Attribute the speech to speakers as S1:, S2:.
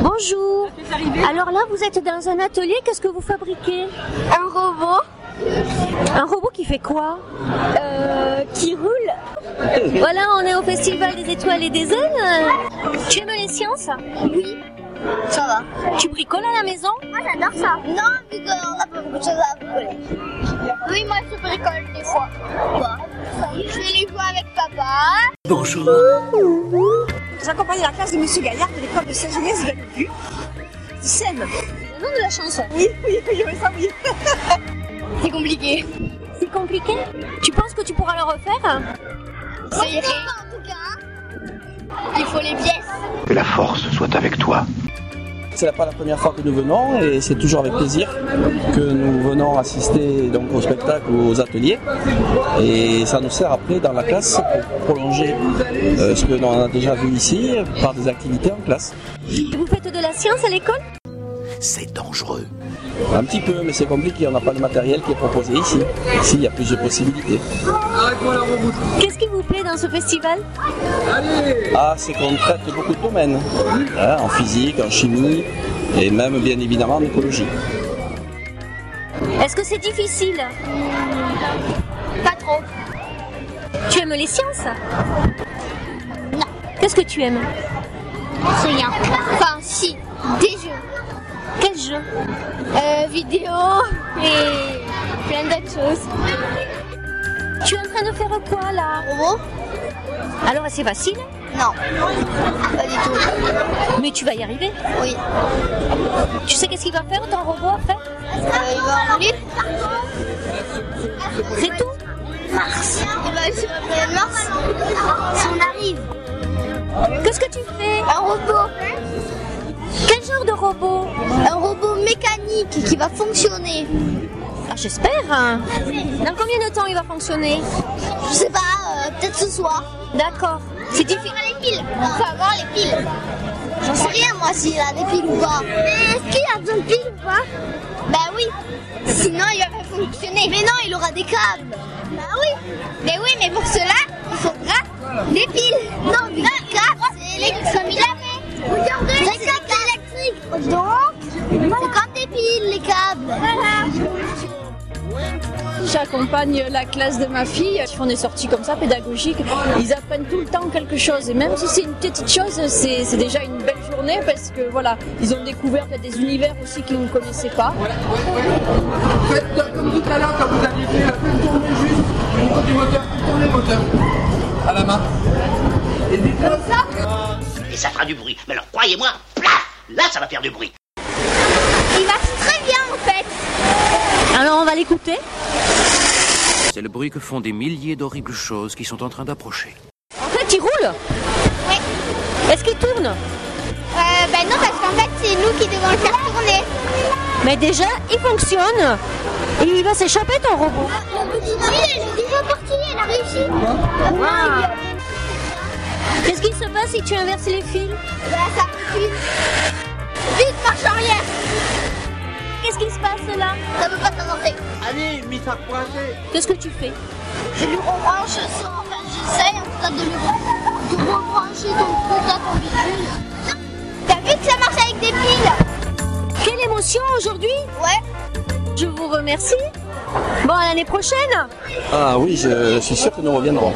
S1: Bonjour. Alors là, vous êtes dans un atelier. Qu'est-ce que vous fabriquez
S2: Un robot
S1: Un robot qui fait quoi
S2: euh, qui roule.
S1: Voilà, on est au Festival des Étoiles et des Ailes. Tu aimes les sciences
S2: Oui, ça va.
S1: Tu bricoles à la maison
S2: Moi j'adore ça. Non, vu qu'on n'a pas beaucoup de choses à bricoler. Oui, moi je bricole des fois. Quoi Je vais les jouer avec papa.
S3: Bonjour.
S4: J'accompagne la classe de Monsieur Gaillard de l'école de Saint-Genès de Valbu. Du SEM.
S1: Le nom de la chanson.
S4: Oui, oui, oui, oui, ça oui.
S2: C'est compliqué.
S1: C'est compliqué Tu penses que tu pourras le refaire
S2: Ça irait. en tout cas. Il faut les pièces.
S5: Que la force soit avec toi.
S6: C'est pas la première fois que nous venons et c'est toujours avec plaisir que nous venons assister donc au spectacle ou aux ateliers et ça nous sert après dans la classe pour prolonger euh, ce que l'on a déjà vu ici par des activités en classe.
S1: Et Vous faites de la science à l'école
S5: C'est dangereux.
S6: Un petit peu mais c'est compliqué, on n'a pas le matériel qui est proposé ici. Ici il y a plus de possibilités.
S1: Qu'est-ce qui vous plaît dans ce festival
S6: Ah, c'est qu'on traite beaucoup de domaines, hein, en physique, en chimie et même bien évidemment en écologie.
S1: Est-ce que c'est difficile
S2: Pas trop.
S1: Tu aimes les sciences Non. Qu'est-ce que tu aimes
S2: Rien. Enfin, si. Des jeux.
S1: Quel jeu
S2: Euh, vidéo et plein d'autres choses.
S1: Tu es en train de faire quoi là
S2: Robot
S1: Alors c'est facile,
S2: Non. Pas du tout.
S1: mais tu vas y arriver.
S2: Oui.
S1: Tu sais qu'est-ce qu'il va faire ton robot après
S2: Euh, il va en libre.
S1: C'est tout
S2: Mars. Il va sur le planète Mars. Si on arrive.
S1: Qu'est-ce que tu fais
S2: Un robot.
S1: Quel genre de robot
S2: Un robot mécanique qui va fonctionner.
S1: ah, J'espère. hein. Dans combien de temps il va fonctionner
S2: Je sais pas, euh, peut-être ce soir.
S1: D'accord. C'est difficile.
S2: les piles. On va voir les piles. J'en sais rien moi s'il a des piles ou pas. Mais est-ce qu'il a besoin de piles ou pas Bah oui. Sinon il va pas fonctionner. Mais non, il aura des câbles. Bah oui. Mais oui, mais pour cela, il faudra des piles. Non, des câbles, c'est électrique comme il avait. Regardez, des câbles électriques. Donc, c'est comme des piles les câbles.
S7: J'accompagne la classe de ma fille. Ils font des sorties comme ça, pédagogiques. Ils apprennent tout le temps quelque chose. Et même si c'est une petite chose, c'est c'est déjà une belle journée parce que voilà, ils ont découvert peut-être des univers aussi qu'ils ne connaissaient pas.
S8: Faites comme tout à l'heure quand vous aviez fait la faites tourner juste au niveau du moteur, faites tourner le moteur à la main. Et dites-le.
S9: et ça fera du bruit. Mais alors croyez-moi, plaf Là, ça va faire du bruit.
S2: Il marche très bien en fait.
S1: Ah, Alors on va l'écouter.
S10: C'est le bruit que font des milliers d'horribles choses qui sont en train d'approcher.
S1: En fait, il roule
S2: Ouais.
S1: Est-ce qu'il tourne
S2: Euh, bah non, parce qu'en fait, c'est nous qui devons le faire tourner.
S1: Mais déjà, il fonctionne. Et il va s'échapper ton robot.
S2: La petite fille, elle est déjà partie, elle a réussi. Ah,
S1: Qu'est-ce qui se passe si tu inverses les fils
S2: Bah, ça recule. Vite, marche arrière.
S1: Qu'est-ce qui se passe là
S2: Ça peut pas s'avancer.
S8: Allez, mise à pointer.
S1: Qu'est-ce que tu fais
S2: Je lui rebranche son. Enfin, j'essaye en tout cas de lui re- de rebrancher ton truc à ton bidule. T'as vu que ça marche avec des piles
S1: Quelle émotion aujourd'hui
S2: Ouais.
S1: Je vous remercie. Bon, à l'année prochaine
S6: Ah oui, je suis sûr que nous reviendrons.